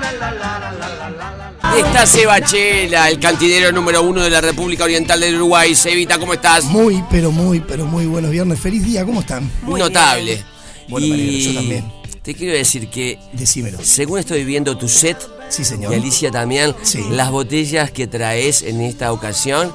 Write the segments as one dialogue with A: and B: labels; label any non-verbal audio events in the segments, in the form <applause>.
A: la la la la la la la la la.
B: Está Sebachela, el cantinero número uno de la República Oriental del Uruguay. Sebita, ¿cómo estás?
C: Muy, pero muy, pero muy buenos viernes. Feliz día, ¿cómo están?
D: Muy
B: Notable.
D: bien.
C: Bueno, me alegro, yo también.
B: Te quiero decir que,
C: Decímelo.
B: según estoy viendo tu set,
C: Sí, señor.
B: y Alicia también,
C: Sí.
B: las botellas que traes en esta ocasión,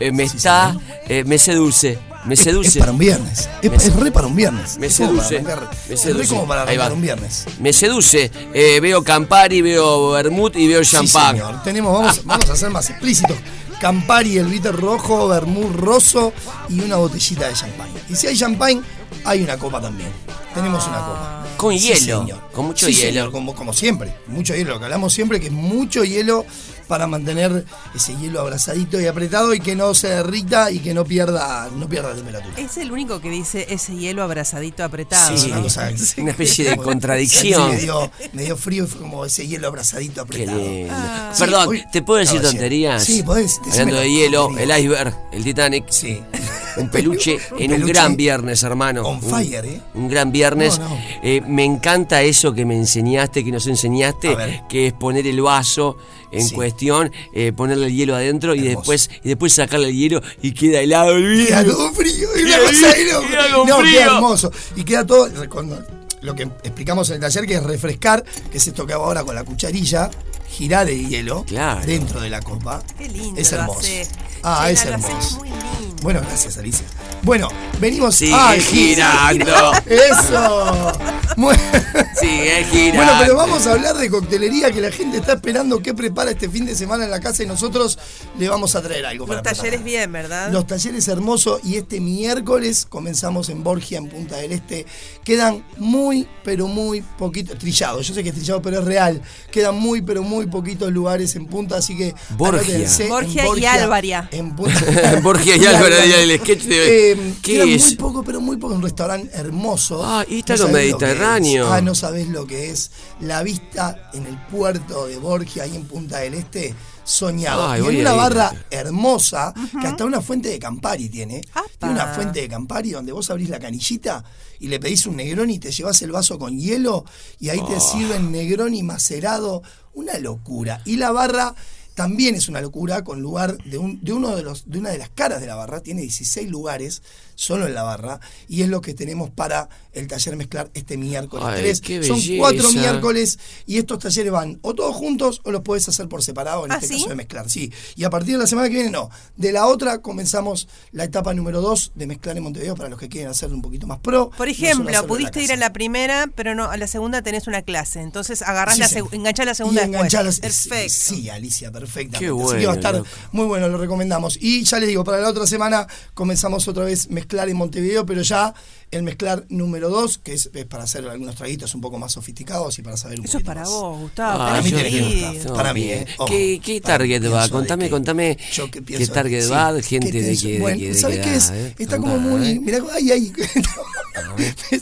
B: eh, me está, eh, me seduce, me
C: Es- Es,
B: seduce.
C: para un viernes. Es,
B: Me
C: es
B: seduce.
C: re para un viernes.
B: Me
C: Es como para
B: seduce,
C: arrancar-
B: me
C: Es
B: seduce.
C: re como para
B: Ahí va.
C: arrancar un viernes.
B: Me seduce. Eh, veo Campari, veo Vermut y veo
C: Sí,
B: Champán.
C: señor.
B: <laughs>
C: Tenemos, vamos, vamos a ser más explícitos. Campari, el bitter rojo, vermut roso y una botellita de champagne. Y si hay champagne, hay una copa también. Tenemos una copa.
B: Con
C: Sí,
B: hielo,
C: señor.
B: con mucho
C: Sí,
B: hielo.
C: señor, como, como siempre, mucho hielo. Lo que hablamos siempre que es mucho hielo para mantener ese hielo abrazadito y apretado y que no se derrita y que no pierda, no pierda temperatura.
E: Es el único que dice ese hielo abrazadito apretado.
C: Es
B: Sí.
C: una, cosa-
B: Una especie de
C: como-
B: contradicción.
C: <laughs> Sí, Me dio, me dio frío y fue como ese hielo abrazadito
B: Qué
C: apretado. Ah,
B: lindo. Ah.
C: Sí,
B: Perdón,
C: hoy-
B: ¿te puedo decir
C: Caballero.
B: tonterías?
C: Sí, podés. decime
B: Hablando
C: la
B: de hielo, el
C: tontería.
B: iceberg, el Titanic.
C: Sí.
B: Un
C: <laughs>
B: peluche en un
C: peluche
B: gran viernes, hermano.
C: on
B: Un-
C: fire, ¿eh?
B: Un gran viernes.
C: No, no.
B: Eh, me encanta eso que me enseñaste, que nos
C: A
B: enseñaste,
C: ver.
B: que es poner el vaso en
C: Sí.
B: cuestión, eh, ponerle el hielo adentro y
C: Hermoso.
B: después, y después sacarle el hielo y queda helado el
C: Queda
B: vidrio.
C: todo frío. Y
B: Queda
C: una cosa ahí,
B: bien,
C: no,
B: queda con
C: no,
B: frío.
C: queda hermoso. Y queda todo. cuando- lo que explicamos en el taller, que es refrescar, que se tocaba ahora con la cucharilla, girar el hielo
B: Claro.
C: dentro de la copa.
E: Qué lindo.
C: Es
E: lo
C: hermoso.
E: hace.
C: Ah,
E: Chela,
C: es
E: lo hace
C: hermoso.
E: muy lindo.
C: Bueno, gracias, Alicia. Bueno, venimos
B: Sigue
C: a
B: girando.
C: Eso. Muy-
B: Sigue girando.
C: Bueno, pero vamos a hablar de coctelería que la gente está esperando que prepara este fin de semana en la casa y nosotros le vamos a traer algo para
E: Los talleres
C: preparar.
E: bien, ¿verdad?
C: Los talleres hermosos y este miércoles comenzamos en Borgia, en Punta del Este. Quedan muy, pero muy poquitos, trillados, yo sé que es trillado, pero es real. Quedan muy, pero muy poquitos lugares en Punta, así que
B: Borgia.
C: anótense en
E: Borgia y Álvaria.
C: En
B: <laughs>
C: Punta.
B: Borgia y Álvaria, el sketch de-
C: Eh,
B: ¿Qué
C: quedan
B: es?
C: muy poco, pero muy poco, un restaurante hermoso.
B: Ah, Ítalo
C: sabés lo que
B: Mediterráneo.
C: es. Ah, no sabés lo que es. La vista en el puerto de Borgia, ahí en Punta del Este, soñado.
B: Ay,
C: y
B: voy
C: en
B: a
C: una
B: ir.
C: barra hermosa, que hasta una fuente de Campari tiene.
E: Apa.
C: Tiene una fuente de Campari donde vos abrís la canillita y le pedís un Negroni y te llevas el vaso con hielo y ahí
B: Ah.
C: te sirven Negroni macerado. Una locura. Y la barra también es una locura con lugar de, un- de uno de los de una de las caras de la barra tiene 16 lugares solo en la barra y es lo que tenemos para el taller mezclar este miércoles
B: Ay,
C: 3.
B: qué
C: son
B: belleza.
C: cuatro miércoles y estos talleres van o todos juntos o los puedes hacer por separado en
E: ¿Ah,
C: este
E: sí?
C: caso de mezclar, sí. Y a partir de la semana que viene, no. De la otra comenzamos la etapa número 2 de mezclar en Montevideo para los que quieren hacer un poquito más pro.
E: Por
C: No solo
E: ejemplo,
C: hacerlo en
E: pudiste ir a
C: casa.
E: la primera, pero no, a la segunda tenés una clase. Entonces agarrás
C: Sí,
E: la
C: sí.
E: seg- enganchás la segunda
C: Y enganchar
E: después.
C: las- sí,
E: Perfecto.
C: Sí, Alicia, perfecta.
B: Qué
C: Así que va a
B: bueno,
C: estar
B: loco.
C: muy bueno, lo recomendamos. Y ya les digo, para la otra semana comenzamos otra vez mezclar en Montevideo, pero ya el mezclar número 2, que es, es para hacer algunos traguitos un poco más sofisticados y para saber un
E: Eso es
C: poquito
E: para
C: más.
E: vos, Gustavo.
B: Ah,
C: para mí
B: yo-
C: tiene que
E: tenés
C: gustar.
E: ir.
B: yo-
C: Para mí,
B: bien.
C: ¿eh? Ojo,
B: ¿Qué, qué
C: para mí,
B: target
C: pienso
B: va?
C: de
B: Contame,
C: que-
B: contame.
C: yo que
B: ¿Qué
C: pienso-
B: target
C: sí,
B: va?
C: ¿qué
B: Gente de
C: pienso?
B: qué.
C: Bueno,
B: de qué- de
C: ¿sabés
B: qué
C: qué es?
B: edad, eh?
C: Está como
B: Contá,
C: muy.
B: eh. Ah,
C: Mirá, ay, ay. <laughs>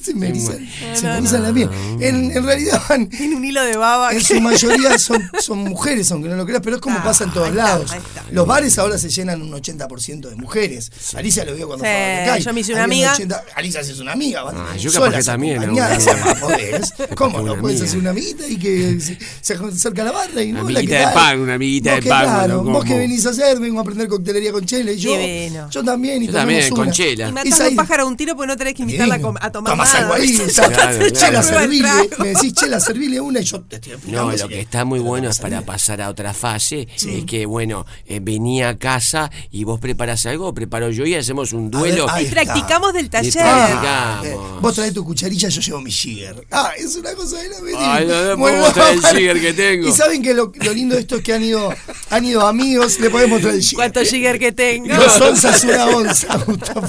C: se me erizan, se me
E: no,
C: erizan la piel. En, en realidad van.
E: Tiene un hilo de baba.
C: En
E: que-
C: su mayoría son, son mujeres, aunque no lo creas, pero es como
E: Ah,
C: pasa en todos
E: ahí está,
C: lados.
E: ahí está.
C: Los bares ahora se llenan un 80% de mujeres. Alicia lo vio cuando
E: Sí,
C: estaba en la calle.
E: yo me hice una
C: Había un
E: amiga.
C: 80 Alicia se hizo una amiga. van
B: Ah, yo
C: solas,
B: capaz que también,
C: <laughs> acompañadas,
B: alguna vez. <laughs>
C: a poderes. ¿Cómo
B: Una
C: no? Puedes
B: amiga.
C: hacer una amiguita y que se- se acerca a la barra y
B: Una
C: hola, ¿qué
B: amiguita de
C: tal?
B: pan, una amiguita
C: Vos
B: de
C: que,
B: pan,
C: Claro,
B: ¿no?
C: vos que
B: ¿Cómo?
C: venís a hacer, vengo a aprender coctelería con Chela y yo.
E: Divino.
C: Yo también. Y
B: Yo también,
C: tomemos una.
B: con Chela.
E: Y matás
C: Esa
E: a un
C: ir-
E: pájaro a un tiro porque no tenés que invitarla a
C: Divino.
E: com- a tomar
C: Tomás
E: nada.
B: <laughs>
C: algo ahí,
E: ¿viste?
C: exacto.
B: Claro, claro.
E: Ya
C: Chela,
E: prueba el
C: servile.
E: trago.
C: Me decís, Chela, servile una y yo te estoy explicando.
B: No,
C: así
B: lo que está muy
C: pero
B: bueno
C: no
B: es
C: pasa
B: para
C: nada.
B: pasar a otra fase, es que, bueno, eh, venía a casa y vos preparás algo, preparo yo y hacemos un
C: A ver,
B: duelo.
C: ahí
E: Y practicamos del
B: Y
E: taller.
B: practicamos.
C: Ah,
B: Digamos.
C: eh, vos traes tu cucharilla, yo llevo mi jigger. Ah, es una cosa de la
B: Ay, no, no,
C: Muy
B: puedo mostrar el
C: bárbaro.
B: jigger que tengo.
C: Y saben que lo, lo lindo de esto es que han ido, han ido amigos, le podemos traer el jigger.
E: Cuánto
C: eh,
E: jigger que tengo.
C: Dos onzas, una onza, <laughs> Gustavo, por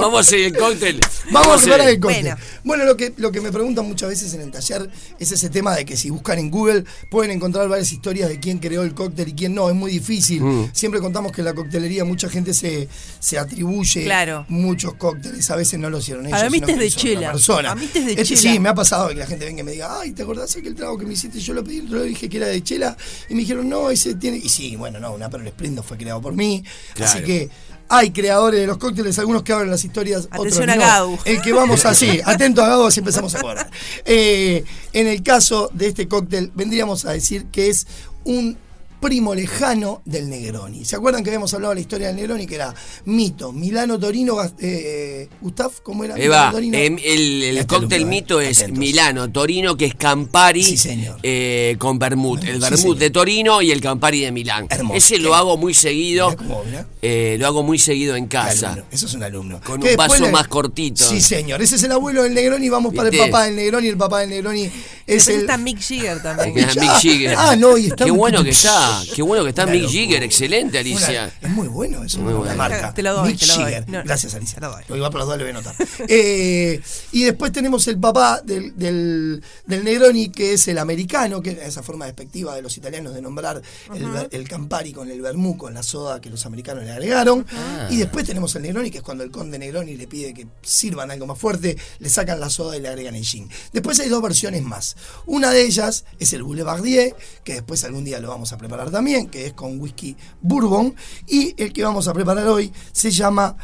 B: <laughs> Vamos a hacer el cóctel.
C: <laughs> Vamos
B: sí.
C: preparar el cóctel.
E: Bueno.
C: Bueno, lo, que, lo que me preguntan muchas veces en el taller es ese tema de que si buscan en Google pueden encontrar varias historias de quién creó el cóctel y quién no. Es muy difícil. Siempre contamos que en la coctelería mucha gente se, se atribuye
E: Claro.
C: muchos cócteles. A veces no los hicieron ellos.
E: mí
C: sino
E: este es
C: que
E: de
C: lo hizo otra
E: chela.
C: persona.
E: A mí este es de
C: Este-
E: chela.
C: Sí, me ha pasado que la gente venga y me diga, ay, ¿te acordás aquel trago que me hiciste? Yo lo pedí, el otro día dije que era de chela. Y me dijeron, no, ese tiene. Y sí, bueno, no, un Aperol Spritz no fue creado por mí. Así
B: Claro.
C: que. Hay creadores de los cócteles, algunos que abren las historias
E: Atención
C: otros
E: a
C: no.
E: Gau.
C: El que vamos así, atento a Gabo, así empezamos a cobrar. Eh, en el caso de este cóctel, vendríamos a decir que es un primo lejano del Negroni. ¿Se acuerdan que habíamos hablado de la historia del Negroni? Que era Mito, Milano Torino, Gas- eh, Gustav, ¿cómo era?
B: Ahí va.
C: Milano Torino.
B: Em, el el
C: Este
B: cóctel
C: lugar,
B: mito es
C: atentos.
B: Milano, Torino, que es Campari
C: Sí, señor.
B: eh, con Bermud. El
C: Sí,
B: Bermud
C: señor.
B: de Torino y el Campari de Milán.
C: Hermoso.
B: Ese lo hago muy seguido.
C: Mirá cómo, mirá.
B: eh, lo hago muy seguido en
C: Alumno,
B: casa.
C: Eso es un alumno.
B: Con un
C: Que después
B: vaso más cortito.
C: Sí, señor. Ese es el abuelo del Negroni. Vamos para el
B: ¿Viste?
C: papá del Negroni. El papá del Negroni es
E: Después
C: el.
E: está Mick Jagger
B: Mirá,
E: también.
C: Ya.
B: Mick Jagger.
C: Ah, no, y está
B: Qué
C: un-
B: bueno que está. Qué bueno que está
C: Una
B: Mick
C: locura.
B: Jagger. Excelente,
C: Una-
B: Alicia.
C: es muy bueno eso, una
B: bueno.
C: marca.
E: Te lo doy,
C: Mick
E: te lo doy.
C: Jagger.
E: No,
C: Gracias, Alicia.
E: te lo doy.
C: Lo iba a aplaudir, lo voy a notar. <laughs> Eh, y después tenemos el papá del, del, del Negroni, que es el americano, que es esa forma despectiva de los italianos de nombrar el, ver- el Campari con el vermú, con la soda que los americanos le agregaron. Y después tenemos el Negroni, que es cuando el conde Negroni le pide que sirvan algo más fuerte, le sacan la soda y le agregan el gin. Después hay dos versiones más. Una de ellas es el Boulevardier, que después algún día lo vamos a preparar también, que es con whisky bourbon. Y el que vamos a preparar hoy se llama...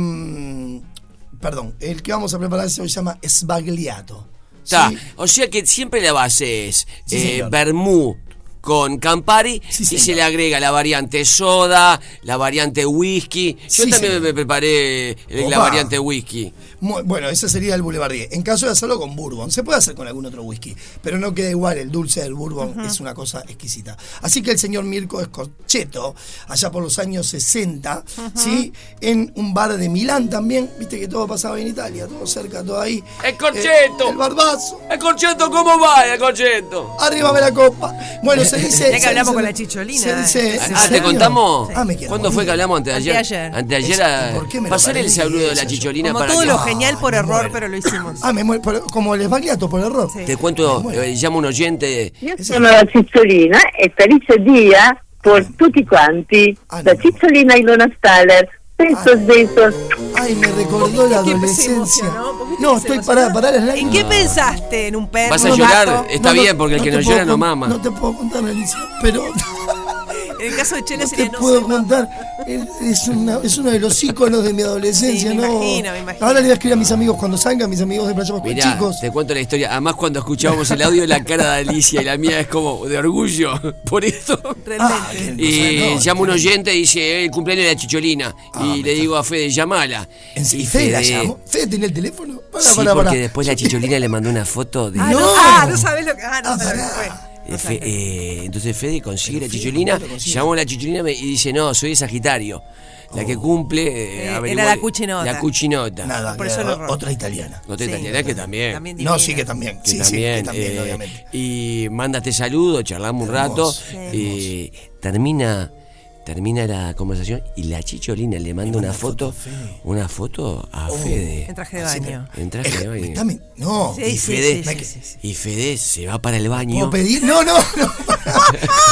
C: em, perdón, el que vamos a preparar hoy se llama Sbagliato.
B: Está.
C: Sí.
B: O sea que siempre la base es
C: Sí,
B: eh,
C: señor.
B: vermú con Campari
C: Sí,
B: y
C: señor.
B: se le agrega la variante soda, la variante whisky. Yo
C: Sí,
B: también
C: señor.
B: me preparé eh, la
C: Opa.
B: variante whisky.
C: Mu- Bueno, ese sería el Boulevardier. En caso de hacerlo con bourbon, se puede hacer con algún otro whisky, pero no queda igual, el dulce del bourbon es una cosa exquisita. Así que el señor Mirko Escorcheto, allá por los años 60, ¿sí? en un bar de Milán también, viste que todo pasaba en Italia, todo cerca, todo ahí.
B: ¡Escorcheto!
C: Eh, el barbazo.
B: El corcheto, ¿cómo va el corcheto?
C: Arriba de la copa. Bueno,
B: <laughs>
C: se dice.
E: Ya que
C: se
E: hablamos
C: dice-
E: con la chicholina,
C: se dice-
E: eh.
C: ¿en
B: Ah, ¿te
C: serio?
B: contamos?
C: Ah, me quiero
B: ¿Cuándo fue
C: morir.
B: que hablamos antes de ayer?
E: Anteayer.
B: Anteayer.
C: Es- ¿por qué me lo
B: Pasar el
C: perdí?
B: saludo de la
C: Eso,
B: chicholina
E: Como
B: para
E: todo
B: que-
E: lo genial por
C: me
E: error,
C: muero.
E: pero lo hicimos.
C: Ah, me muero, por- como el esbagliato por error.
E: Sì.
B: Te cuento,
C: Me muero.
B: eh, llama un oyente.
F: Io sono la Cicciolina e felice dia per tutti quanti,
C: Eh. Ah,
F: da
C: no.
F: Cicciolina Ilona Staller, senza
C: Ah.
F: smetto.
C: Ay, me recordó la adolescencia. No, estoy parada, parada las
E: ¿En
C: lágrimas.
E: qué pensaste? ¿En un perro?
B: Vas a
E: un
B: llorar,
E: gato?
B: eh. Está bien, porque el que
C: te
B: no
C: puedo
B: llora no
C: con-
B: mama.
C: No te puedo contar, Alicia,
E: <laughs>
C: pero
E: En el caso de Chela
C: no
E: sería
C: te
E: no
C: puedo
E: sé, mamá.
C: contar. Es, una- es uno de los íconos de mi adolescencia,
E: Sí, me
C: ¿no?
E: imagino, me imagino.
C: Ahora le voy a escribir a mis amigos cuando salgan, mis amigos de Playa Pascual,
B: Mirá,
C: chicos.
B: te cuento la historia. Además, cuando escuchábamos el audio, la cara de Alicia y la mía es como de orgullo <laughs> por esto.
C: Ah, qué
E: Realmente.
B: Y
C: cosa, no,
B: llama un
C: qué- Ah,
B: oyente y dice, el cumpleaños de la chicholina. y le digo a Fede, llamala.
C: ¿En
B: Y
C: serio? Fede la
B: Fede-
C: llamó? ¿Fede tenía el teléfono? Para,
B: Sí,
C: para, para.
B: porque después la chicholina le mandó una foto de...
E: Ah, no,
C: No.
E: ah, no sabes lo que. Ah, no
C: Ah,
E: sabés lo que
C: pará.
E: fue.
B: Eh, Fe- eh, entonces Fede consigue
C: Pero
B: la
C: Fede,
B: chicholina,
C: ¿cómo lo consigue?
B: llamó a la chicholina me- y dice, no, soy de Sagitario. La
C: Oh.
B: que cumple... eh,
E: Eh,
B: averigua-
E: era la cuchinota.
B: La cuchinota.
C: Nada,
E: Por
C: que
E: eso
C: era
E: lo-
C: otra italiana.
B: No te
E: Sí.
B: entenderás que también.
E: También divina.
C: No, sí que también.
B: que
C: sí,
B: también,
C: sí, que también,
B: eh,
C: obviamente.
B: y mandaste saludos, charlamos un rato,
C: Hermoso,
B: y termina termina la conversación y la chicholina le manda, una foto, una foto a
C: Oh,
B: Fede
E: En traje de baño.
B: en traje de
C: Eh,
B: baño.
C: está men- No.
E: Sí,
B: y
E: sí,
B: Fede,
E: sí, sí, sí, sí.
B: y Fede se va para el
C: ¿Puedo
B: baño.
C: pedir? No, no, no.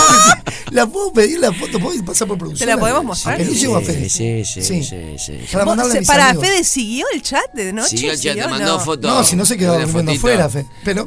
C: <laughs> la puedo pedir la foto, puedo pasar por producción.
E: ¿Te la podemos mostrar?
C: Que yo
E: Sí,
C: llevo a Fede.
B: sí, sí, sí, sí.
C: Para
E: Vos,
C: mandarle a
E: se-
C: mis
E: Para,
C: amigos.
E: Fede siguió el chat de noche.
B: Siguió el chat, te mandó
E: no?
B: foto.
C: No, si no se quedaba
B: Una
C: durmiendo
B: fotito.
C: afuera, Fede. Pero.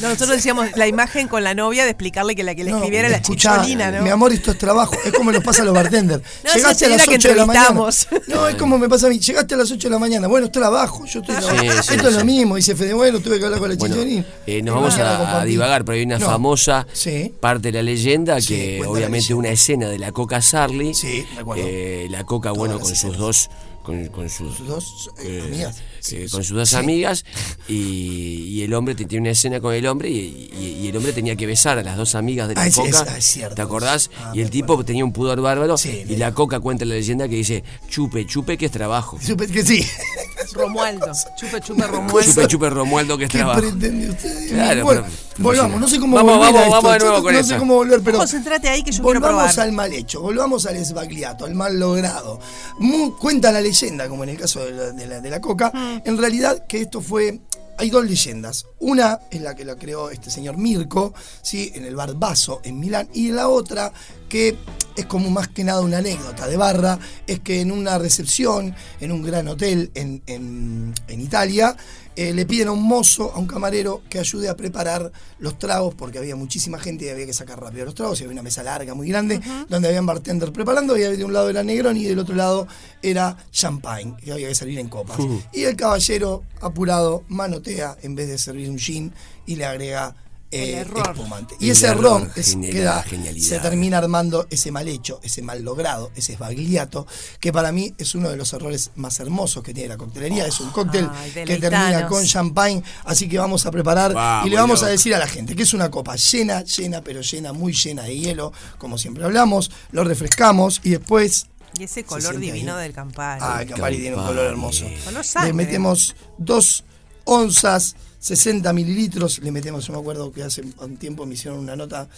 E: No, nosotros decíamos la imagen con la novia de explicarle que la que le
C: No,
E: escribiera era la
C: escuchá,
E: chicholina, ¿no?
C: Mi amor, esto es trabajo. Es como nos pasa a los bartenders.
E: <laughs> No,
C: llegaste a
E: esa
C: las
E: señora que
C: 8 de la mañana.
E: entrevistamos.
C: No, es como me pasa a mí. Llegaste a las 8 de la mañana. Bueno, es trabajo. Yo
E: Ah.
C: estoy trabajando.
B: sí,
C: esto es
B: sí.
C: lo mismo. Dice Fede, bueno, tuve que hablar con la
B: Bueno,
C: chichonín.
B: eh, nos vamos
C: Mañana
B: a, a
C: compartí.
B: divagar, pero hay una
C: No.
B: famosa
C: Sí.
B: parte de la leyenda
C: Sí,
B: que
C: cuenta la
B: obviamente
C: leyenda.
B: una escena de la Coca Sarli,
C: Sí, de acuerdo.
B: eh, la Coca, bueno,
C: las
B: con sus
C: escenas.
B: dos, con, con sus,
C: Sus dos eh, amigas.
B: eh, con sus dos
C: <laughs>
B: amigas y, y el hombre te- tiene una escena con el hombre y, y- y el hombre tenía que besar a las dos amigas de la
C: Ah, es-
B: coca.
C: es- ah, es cierto.
B: ¿Te acordás?
C: Ah,
B: y el
C: me
B: tipo tenía un pudor bárbaro
C: Sí,
B: y
C: le <laughs>
B: la coca cuenta la leyenda que dice, chupe, chupe que es trabajo.
C: Supe que sí.
E: <laughs> Romualdo. Chupe, chupe, Romualdo.
B: Chupe, chupe Romualdo que es
C: Pues ¿Qué
B: trabajo.
C: pretende usted?
B: Claro,
C: bueno,
B: pero- pero
C: volvamos,
B: sí.
C: no sé cómo
B: Vamos,
C: volver a
B: vamos,
C: esto,
B: vamos de nuevo
C: yo
B: con
C: no
B: esa.
C: sé cómo volver, pero
E: Concentrate ahí que yo quiero
C: volvamos
E: probar.
C: al mal hecho, volvamos al esbagliato, al mal logrado. Mu- cuenta la leyenda, como en el caso de la, de la- de la coca,
E: Mm.
C: en realidad que esto fue... Hay dos leyendas. Una es la que la creó este señor Mirko, ¿sí? en el bar Vaso, en Milán, y la otra que es como más que nada una anécdota de barra, es que en una recepción, en un gran hotel en, en- en Italia, eh, le piden a un mozo, a un camarero, que ayude a preparar los tragos, porque había muchísima gente y había que sacar rápido los tragos, y había una mesa larga, muy grande, donde habían bartender preparando, y de un lado era Negroni y del otro lado era champagne, que había que servir en copas. Y el caballero, apurado, manotea en vez de servir un gin y le agrega... eh,
E: El error.
C: espumante. Y
B: El
C: ese
B: error
C: error es-
B: genera
C: queda-
B: genialidad.
C: se termina termina armando ese mal hecho, ese mal logrado, ese esbagliato, que para mí es uno de los errores más hermosos que tiene la coctelería. es un cóctel
E: Ay,
C: que termina
E: deleitanos.
C: con champagne, así que vamos a preparar
B: Vamos,
C: y le vamos a
B: loco.
C: decir a la gente que es una copa llena, llena, pero llena, muy llena de hielo, como siempre hablamos, lo refrescamos y después...
E: Y ese
C: Se
E: color
C: siente
E: divino
C: ahí.
E: del Campari.
C: Ah, el Campari tiene un
B: Campari.
C: color hermoso.
E: Color
C: Le
E: sangre.
C: metemos dos onzas, 60 mililitros. Le metemos, yo me acuerdo que hace un tiempo me hicieron una nota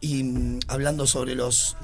C: y mm, hablando sobre los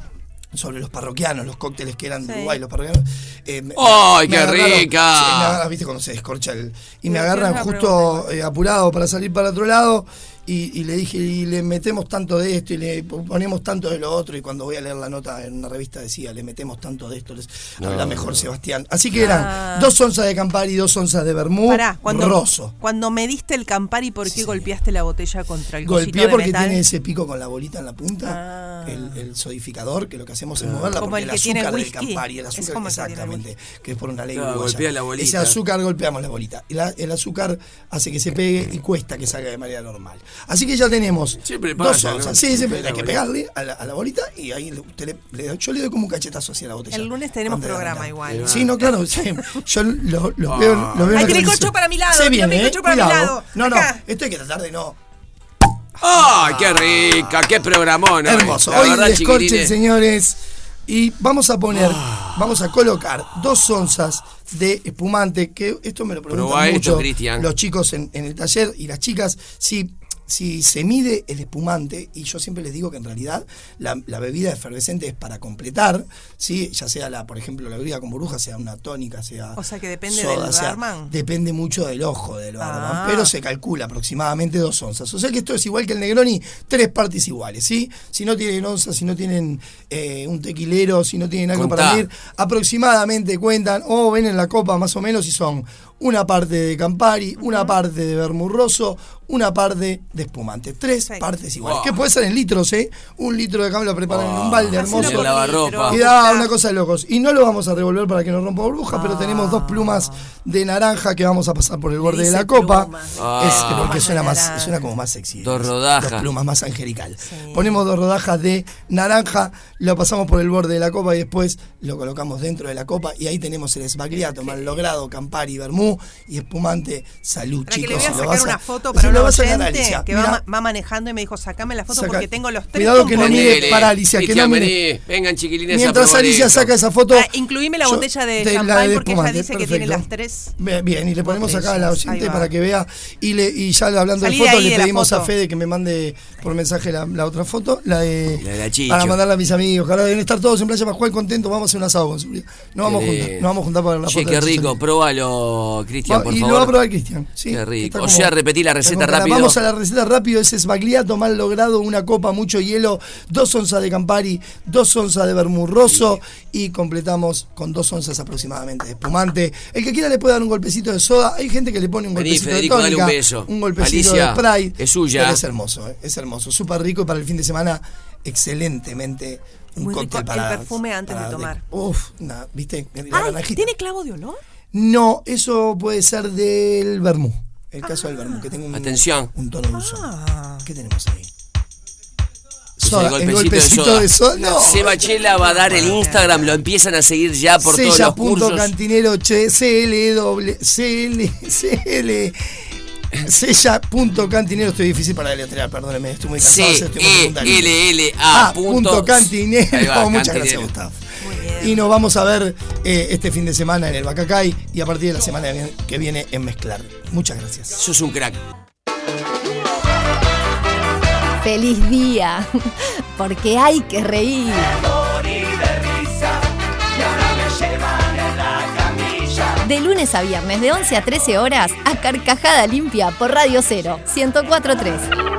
C: sobre los parroquianos, los cócteles que eran de
E: Sí.
C: Uruguay, los parroquianos. eh, me-
B: ¡Ay, qué
C: agarraron-
B: rica!
C: Sí, me agarra- viste cuando se descorcha el. Y me
E: Pero
C: agarran
E: tienes una
C: justo eh, apurado para salir para otro lado. Y, y le dije, y le metemos tanto de esto, y le ponemos tanto de lo otro. Y cuando voy a leer la nota en una revista decía, le metemos tanto de esto, les habla mejor Sebastián. Así que eran dos onzas de Campari y dos onzas de Bermú.
E: Ah. Pará, cuando,
C: uh, roso.
E: cuando me diste el Campari, ¿por qué golpeaste la botella contra el
C: Golpeé
E: cosito de
C: porque
E: metal?
C: tiene ese pico con la bolita en la punta,
E: Ah.
C: el, el sodificador, que lo que hacemos es moverla
E: Como
C: porque
E: el
C: el,
E: que tiene
C: azúcar del
E: whisky.
C: Campari, el
E: Es
C: azúcar,
E: como el que tiene
C: exactamente, que es por una ley
B: Claro,
C: uruguaya.
B: golpea la bolita.
C: Ese azúcar golpeamos la bolita. Y la- El, azúcar hace que se pegue y cuesta que salga de manera normal. Así que ya tenemos
B: Siempre
C: dos
B: pasa,
C: onzas.
B: ¿no?
C: Sí, siempre
B: Golpea la
C: hay que
B: bolita.
C: pegarle a la, a la bolita y ahí le- usted le- le- yo le doy como un cachetazo hacia la botella.
E: El lunes tenemos
C: Antes de
E: programa
C: arrancar.
E: igual.
C: Sí, no,
E: <laughs>
C: claro. sí. Yo lo, lo veo,
B: Ah.
C: lo veo en
E: Ay,
C: la
E: tiene
C: televisión.
E: cocho para mi lado,
C: Se
E: tiene
C: viene,
E: cocho
C: eh,
E: para mi
C: cuidado.
E: lado.
C: No, no,
E: Acá.
C: esto hay que tratar de no...
B: ¡Ay, qué rica! ¡Qué programón! ¿no?
C: Hermoso.
B: La
C: Hoy
B: verdad,
C: descorchen,
B: chiquilines.
C: señores. Y vamos a poner,
B: Ah.
C: vamos a colocar dos onzas de espumante, que esto me lo preguntan
B: Probá
C: mucho
B: esto, Cristian.
C: los chicos en, en el taller y las chicas, si, si se mide el espumante, y yo siempre les digo que en realidad la, la bebida efervescente es para completar, ¿sí? ya sea, la por ejemplo, la bebida con burbuja, sea una tónica, sea
E: O sea, que depende
C: soda,
E: del
C: sea-
E: barman.
C: depende mucho del ojo del barman,
E: Ah.
C: pero se calcula aproximadamente dos onzas. O sea que esto es igual que el Negroni, tres partes iguales, ¿sí? Si no tienen onzas, si no tienen eh, un tequilero, si no tienen algo
B: Contá.
C: para medir, aproximadamente cuentan o ven en la copa más o menos y son una parte de Campari, una parte de Bermurroso, una parte de espumante. Tres
E: Perfecto.
C: partes iguales.
B: Wow.
C: Que puede ser en litros, ¿eh? Un litro de Campari lo preparan en un balde
E: Hacelo
B: Hacelo
C: hermoso.
E: por
B: Lava
E: litro.
B: ropa.
C: Y da una cosa de locos. Y no lo vamos a revolver para que no rompa burbuja, pero
E: Ah.
C: tenemos dos plumas de naranja que vamos a pasar por el borde de
E: dice
C: la copa.
E: plumas.
B: Ah.
C: Es porque
E: Plumas
C: suena
E: de
C: más,
E: naranja.
C: suena como más sexy.
B: Dos
C: Es-
B: rodajas.
C: Dos plumas más angelical. Ponemos dos rodajas de naranja, lo pasamos por el borde de la copa y después lo colocamos dentro de la copa. Y ahí tenemos el esbagliato, mal logrado, campari, vermú y espumante. Salud,
E: Para que le
C: chicos.
E: voy a
C: si lo
E: sacar
C: vas
E: una
C: a-
E: foto
C: si
E: para
C: lo
E: una
C: vas a
E: oyente
C: ganar, Alicia.
E: que va,
C: Mirá,
E: ma- va manejando y me dijo, sacame la foto
C: Saca-
E: porque tengo los tres
C: Cuidado que no
E: componentes".
C: mire
B: Ponele.
C: para Alicia, que
B: Cristian,
C: no mire.
B: vení. Vengan, chiquilines. a
C: Mientras
B: probar
C: Alicia
B: esto.
C: saca esa foto.
E: Ah, incluime la botella de champagne porque ella
C: espumante,
E: dice que tiene
C: perfecto.
E: las tres
C: Bien, bien, y le ponemos acá a la
E: botellas,
C: oyente
E: ahí va.
C: para que vea. Y, le, y ya hablando
E: Salí de
C: de fotos,
E: ahí de
C: le
E: la
C: pedimos
E: foto.
C: a Fede que me mande por mensaje la, la otra foto, la de.
B: La de la Chicho.
C: Para mandarla a mis amigos. Ojalá deben estar todos en Playa Pascual contentos. Vamos a hacer un asado con seguridad. Nos vamos
B: Qué
C: juntos.
B: lindo.
C: Nos vamos a juntar para ver la
B: Che,
C: foto.
B: qué
C: de Chicho.
B: rico. Próbalo, Cristian,
C: Va-
B: por
C: y
B: favor.
C: lo va a probar Cristian. Sí,
B: Qué rico.
C: está
B: O sea, repetí la
C: está
B: receta
C: con ganas.
B: rápido.
C: Vamos a la receta rápido. Ese es bagliato mal logrado, una copa, mucho hielo, dos onzas de Campari, dos onzas de Bermurroso y completamos con dos onzas aproximadamente de espumante. El que quiera le puede dar un golpecito de soda. Hay gente que le pone un
B: Vení,
C: golpecito
B: Federico,
C: de
B: dale
C: tónica,
B: un beso.
C: un golpecito
B: Alicia,
C: de Sprite.
B: es suya.
C: Pero es hermoso, eh, es hermoso. Súper rico y para el fin de semana excelentemente un
E: Muy
C: cóctel
E: rico el
C: para
E: perfume antes de
C: para-
E: tomar.
C: Uf, nah, ¿viste? La
E: Ay,
C: naranjita.
E: ¿tiene clavo de olor?
C: No, eso puede ser del vermú. El caso del vermú, que tengo un,
B: Atención.
C: un tono dulce.
E: Ah.
C: ¿Qué tenemos ahí?
B: Es el
C: Soda, el golpecito de soda. No.
B: Sebachela va a dar el Instagram, lo empiezan a seguir ya por todos los cursos.
C: Sella.cantinero che, CL, doble, CL,
B: <laughs>
C: CL. Sella.cantinero, estoy difícil para deletrear, perdóneme, estoy muy cansado,
B: C
C: estoy muy
B: E
C: secundario.
B: L L
C: Ah,
B: A punto
C: punto cantinero.
B: Ahí va,
C: <laughs> Muchas
B: cantinero.
C: gracias, Gustavo.
E: Muy bien. bien.
C: Y nos vamos a ver eh, este fin de semana en el Bacacay y a partir de la semana que viene en Mezclar. Muchas gracias.
B: Sos un crack.
D: Feliz día, <laughs> porque hay que reír. De lunes a viernes, de 11 a 13 horas, a Carcajada Limpia por Radio Cero, 1043.